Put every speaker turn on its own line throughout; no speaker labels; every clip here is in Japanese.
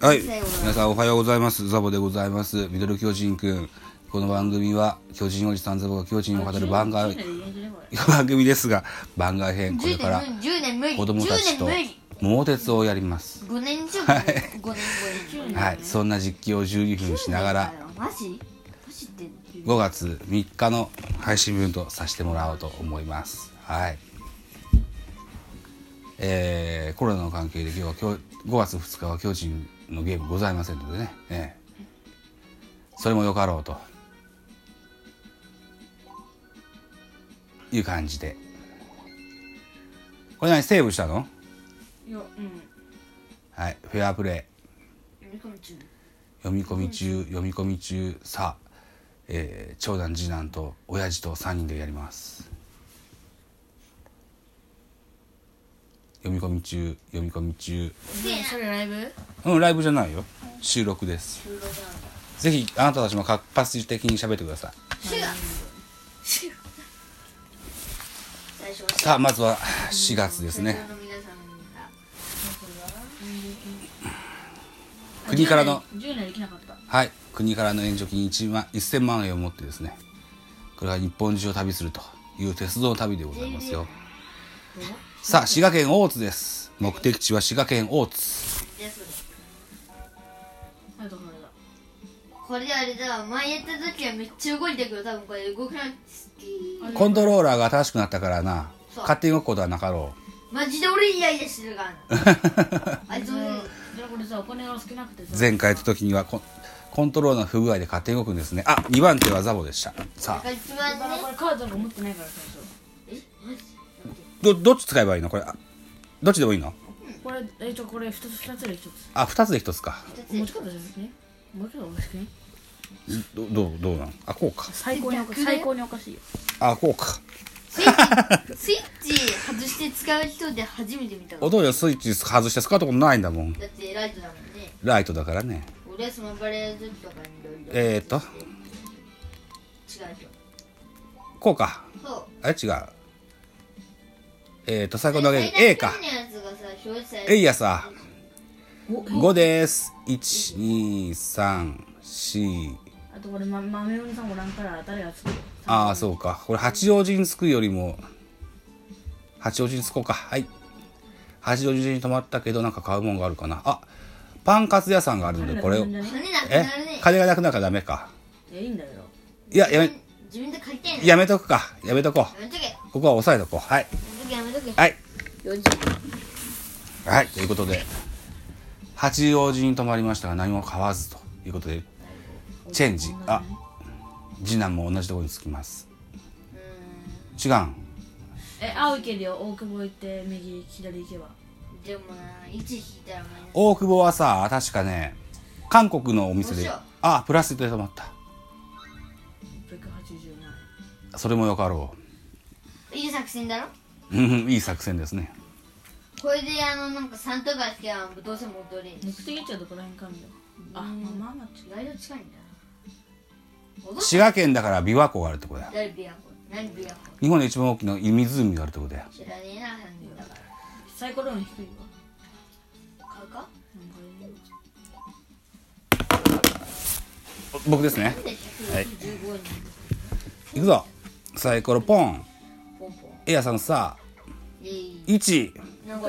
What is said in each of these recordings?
はい
最後は
皆さんおはようございますザボでございますミドル巨人くんこの番組は巨人おじさんザボが巨人を語る番外番組ですが番外編これ
10
から
年無理10年無理
子供たち
10
と
年無理
猛鉄をやります
5年じゃん5年後に
はいそんな実況を12分しながら
マジマジって
5月3日の配信分とさせてもらおうと思いますはいえーコロナの関係で今日は今日5月2日は巨人のゲームございませんのでね、ええそれもよかろうという感じでこれ何セーブしたの
いやうん
はいフェアプレー
読み込み中
読み込み中読み込み中さあ、えー長男次男と親父と3人でやります読み込み中読み込み中
ねえそれライブ
うんライブじゃないよ収録ですぜひあなたたちも活発的に喋ってください
シュガシュガ最初は
さあまずは4月ですね
の皆さんが
国からの
10年できなかった
はい国からの援助金1万1000万円を持ってですねこれは日本中を旅するという鉄道旅でございますよさあ滋賀県大津です目的地は滋賀県大津
です
あとこれだ
これあれだ前やった時はめっちゃ動いたけど多分これ動かなくて好き
コントローラーが新しくなったからな
そう
勝手に動くことはなかろ
マジで俺イライラしてるから なあいつ俺
じゃあこれさお金が少なくてさ
う前回行った時にはコンコントローラーの不具合で勝手に動くんですねあ2番手はザボでしたさあ
が一番
まだこ
ね
れカードが持ってないから最初
えマジ
どどっち使えばいいのこれあどっちでもいいの
これえ一応これ2つ2つで1つ
あ2つで1つか
だって
持ち方じゃなくね持ち方おかしくね
どどうどうなんあこうか
最高におかしい最高におかしいよ
あこうか
スイッチスイッチ外して使う人で初めて見たわ
お父ちゃんスイッチ外して使うとこないんだもん
だってライトだもんね
ライトだからね
俺はスマブラやる時とかにいろいろ
えー、っと
違うでし
こうか
ょそう
あれ違うえー、っと最高の上
最
に
大
A か
距離のやつがさ表示され
え
て
いやさ
お
5です1234
あとこれま豆鬼さんおらんから誰が作る
ああそうかこれ八王子に着くよりも八王子に着こうかはい八王子に泊まったけどなんか買うもんがあるかなあパンカツ屋さんがあるのでこれを
金がなくなるんじゃね
金なくな
え
るね
金がなくなるからダメか
いやいいんだけど
いややめ
自分で書いてんのや
やめとくかやめとこ
めとけや
うここは押さえとこうはい
めとけやめとけ
はい
40
はい、ということで八王子に泊まりましたが何も買わずということでチェンジあ次男も同じところに着きます違うん
え青行けるよ大久保行って右左行けば
でもな1引いたらマイナス
大久保はさ確かね韓国のお店
面
で
白い
あプラスで泊まった
680万
それもよかろ
いい作戦だろ
ううんいい作戦ですね
これであのなんか3とかつけばどうせ戻れん
目的地はどこら辺か見ようあまあまあまあ違う
意外と近いんだな戻っ
滋賀県だから琵琶湖があるとこだよ
誰ビアコ何ビアコ
日本で一番大きな湖があるとこだよ
知らねえな3人だから
サイコロン低いわ
買うか
なんかいいね
僕ですね
で
はい
115人
いくぞサイコロポン
ポンポン
エアさんさ
いい
1
なんか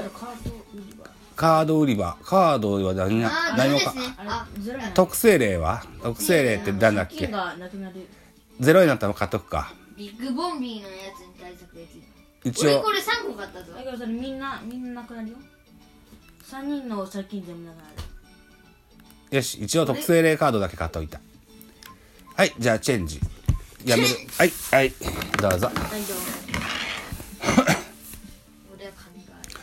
カード売り場
カード売り場カードは何な
あ
何
ーダメ
も
です
か
ね
あ
あ
れずるいな
特性例は特性例って何だっ
借
け
金がなくなる
ゼロになったら買っとくか
ビッグボンビーのやつに対策できる
一
俺
応
これ3個買ったぞ
だけどそれみんなみんななくなるよ3人の借金全部なくなる
よし一応特性例カードだけ買っといたはいじゃあチェンジやめるはいはいどうぞ
大丈夫 俺は金がある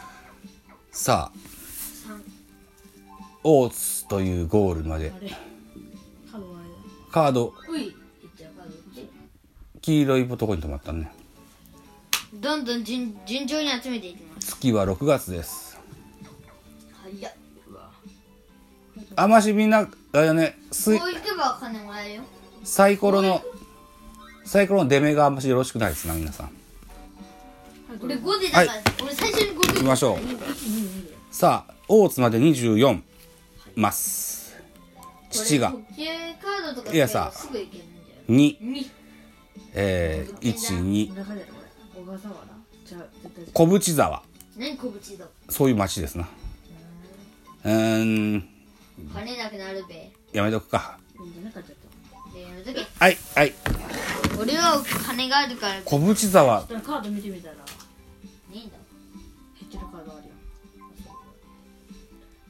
さあ
3
大津というゴールまで
あれ多分あれ
カード
ういいっちゃうかどっち
黄色いとこに止まったね
どんどん順順調に集めていきます
月は6月です
早っ
あましみんなあれだねすい
こう行けば金もらえるよ
サイコロのサイコロの出目があんましよろしくないですな皆さん
だ
俺5でだから、
はい
俺最初に5で
行きましょう
1 2 2
さあ大津まで24ます父が
特急カードとか
いやさ
すぐ行けるんだよ
2
に
えー、12
中だよこれ小笠原じゃあ絶対
小淵沢
何小口だ
そういう町ですなうーん
金なくなるべ
やめとくか
いいんじゃなかったと
でやめとけ
はいはい
俺は金があるからね
小淵沢
そしたらカード見てみたら
えんだ
減ってるカードあるよ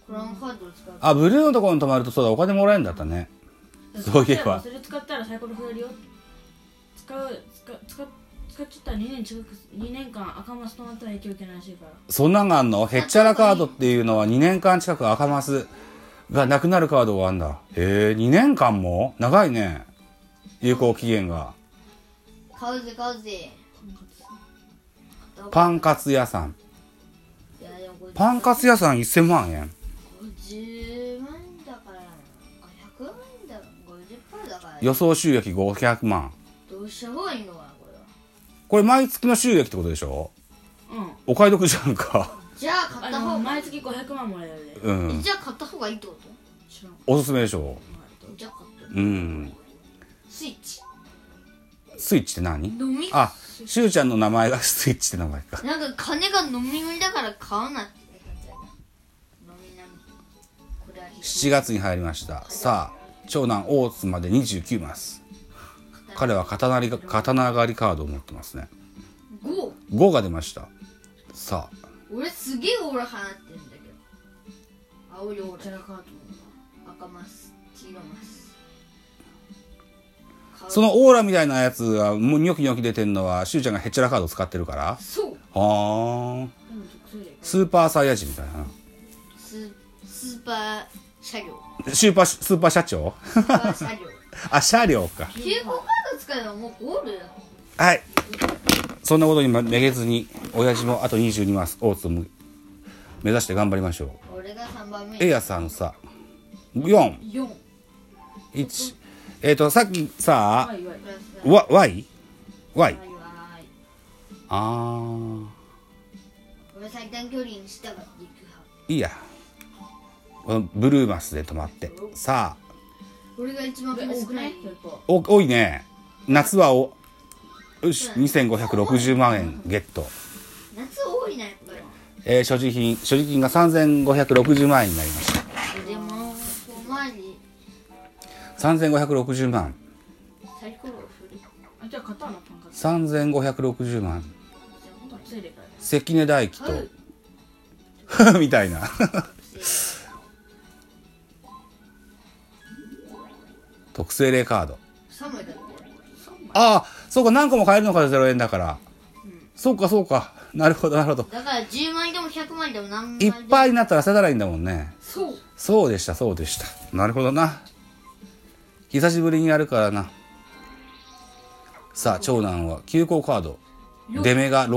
コランカードを使う
あブルーのところに泊まるとそうだお金もらえるんだったねそういえば
それ使ったらサイコロ増えるよ使う使う使う使っちゃったら2年近く二年間赤マスとなったら影響受けないらしいから
そんなんがあんのへっちゃらカードっていうのは2年間近く赤マスがなくなるカードがあんだへえ2年間も長いね有効期限が
買うぜ買うぜ
パンカツ屋さん
いやでもこれ
パンカツ屋さん1000万円
50万だから100万だ50%だから
予想収益500万
どうした方がいいのかなこれは
これ毎月の収益ってことでしょ
うん
お買い得じゃんか
じゃあ買
あ
った
の
方が
毎月500万もらえるで
うん
じゃあ買った方がいいってこ
知らん
おすすめでしょ
とじゃあ買った
うん
スイッチ
スイッチって何
飲み
あしゅうちゃんの名前がスイッチって名前か
なんか金が飲み食いだから買わないって感じだな飲み飲みこれは必
7月に入りましたさあ長男大津まで29マス彼は刀狩り刀狩りカードを持ってますね
須5
5が出ましたさあ
俺すげえオーラ放ってるんだけど青いオ
じ
ー
ゃ
ラ
あカード
赤マス黄色マス
そのオーラみたいなやつがもうニョキニョキ出てんのはしゅうちゃんがへっちゃらカードを使ってるから
そう
はあ
でも特殊で
スーパーサイヤ人みたいな
ススーパー車両
スーパースーパー社長
スーパー車 両
あ車両か
休校カード使えばもうゴールだ
はいそんなことにめげずに親父もあと22マス大津を目目指して頑張りましょう
俺が3番目
エイヤさんさ4
4
1えっ、とさっきさ、
はいはい
プラス
わ Y? Y?
はいはい
あー
俺最短距離にしたがっていく派
いいやこのブルーマスで止まってさあ
俺が一番
え多
少
く
な
ないい結構
お多いね夏はおよし2560万円ゲット、
夏多いなやっぱり
えー所持品所持金が3560万円になりました
でもお前に
3560万
サイコロを振る
あじゃあ買ったのパンカツ
3560万
特殊でからね
関根大輝
買う
と みたいな特製霊カード
3枚だって
ああそうか何個も買えるのか0円だから、そうかそうかなるほどなるほど
だから10枚でも100枚でも何枚
い
で
っ
も
ぱいになったら捨てたらいいんだもんね
そう
そうでしたそうでしたなるほどな久しぶりにやるからなさあ長男は休校カード出目が6
う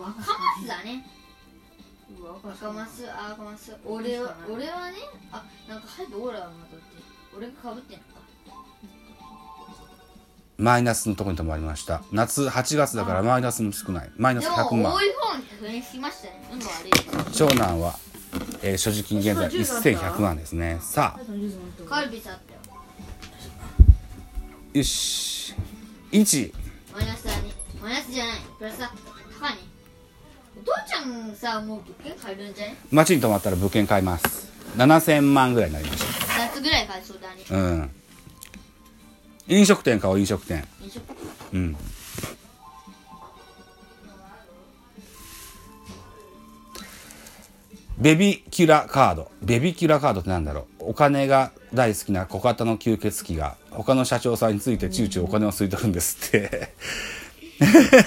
わ
赤マスだね
うわ赤
赤マスあ赤マス俺は俺はねあなんか早くオーラが戻って俺がかぶってんのか
マイナスのとこに止まりました夏8月だからマイナスも少ないマイナス100
でも
万
多い方に確認しましたね運が悪いです
長男は、えー所持金現在1100万ですねさあ
カードのリズムと
カルビスあったよ
よし1
マイナスだねマイナスじゃないプラスだ高いねお父ちゃんさもう物件買えるんじゃね
街に泊まったら物件買います7000万ぐらいになりまし
2つぐらい買えそうだ ね
たうん飲食店買おう飲食店
飲食
うんベビキュラカードベビキュラカードってなんだろうお金が大好きな小型の吸血鬼が他の社長さんについてちゅうちゅうお金を吸い取るんですって
ニヤニヤですね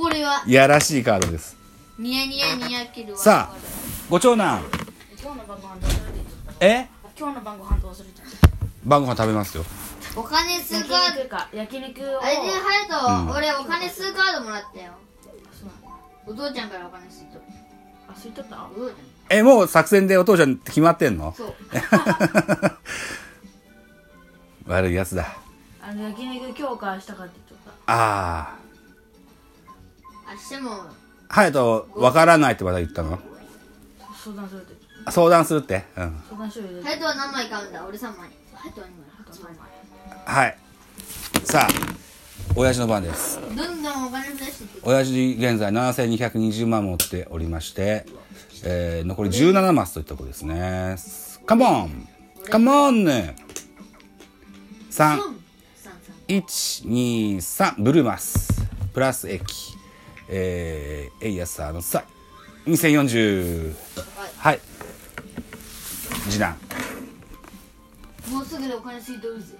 これはい
やらしいカードです
ニヤニヤニヤけど
さあご長男
今日の晩ご飯どうするって言っちゃっ
え
た今日の晩ご飯どうするって言っちゃっ
晩ご飯食べますよ
お金吸うカ
た
ー
焼
ド
肉か焼肉を
あれで隼
うん
人俺お金吸うカードもらったよ
そうなんだ
お父ちゃんからお金吸いとる
あ吸い取った
お父ち
えもう作戦でお父ちゃんって決まってんの
ゃんそう
悪いやつだ
あの焼肉今日か明日かって言っちゃっ
ああ
明日も
隼人わからないってまだ言ったの
た相談するって
相談するってうん
相談書入れて
隼人は何枚買うんだ俺3枚隼人は2枚
はいさあ親父の番です
どんどんお金増やしていって
親父現在7220万持っておりまして、えー残り17マスといったところですねカモンカモンね3
うん三三
123ブルーマスプラス液えー、エイヤサーの際2040
はい
はい次男
もうすぐでお金吸い取るぜ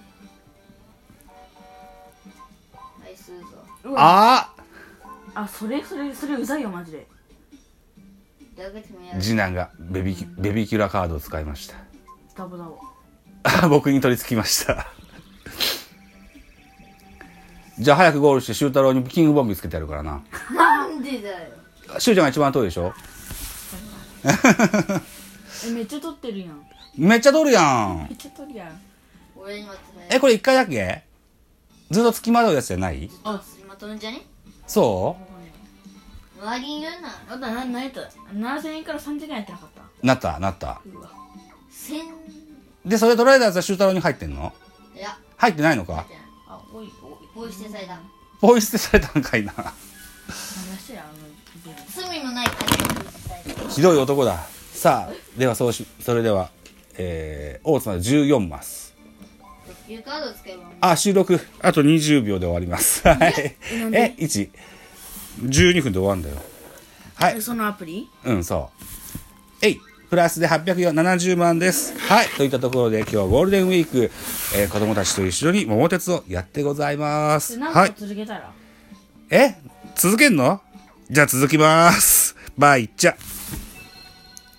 はい吸うぞ
あ
あそれそれそれうざいよマジで
で開けてみよ
ー
う
次男がベビキベビキュラカードを使いました
ダボダボ
あ僕に取り付きました じゃあ早くゴールして周太郎にキングボンビーつけてやるからな
なんでだよ
周ちゃんが一番遠いでしょ
えめっちゃ取ってるやん
めっちゃ取るやん
めっちゃ取るやん
俺に待ってた
えこれ一回だけずっと付きまとうやつじゃない
あまとめんじゃね
そ
周りにいるな
あとな何やった7000円から3000円やってなかった
うなったなった
うわ
千
でそれ取られたやつは周太郎に入ってんの
いや
入ってないのか
あおいおい
こうしてされた
ポイ捨てされたんかいな
話してやあのゲーム
罪のない金をしてされた
ひどい男ださあではそうしそれではえー、大津まで14マス
特急カードを使えばもう
あ収録あと20秒で終わりますはい
なん
え
で
一12分で終わるんだよはい
えそのアプリ
うんそうえいプラスで870万ですはいといったところで今日はゴールデンウィーク、えー、子供たちと一緒に桃鉄をやってございま
です何
はい
個続けたら、
え続けんのじゃあ続きますバイチャ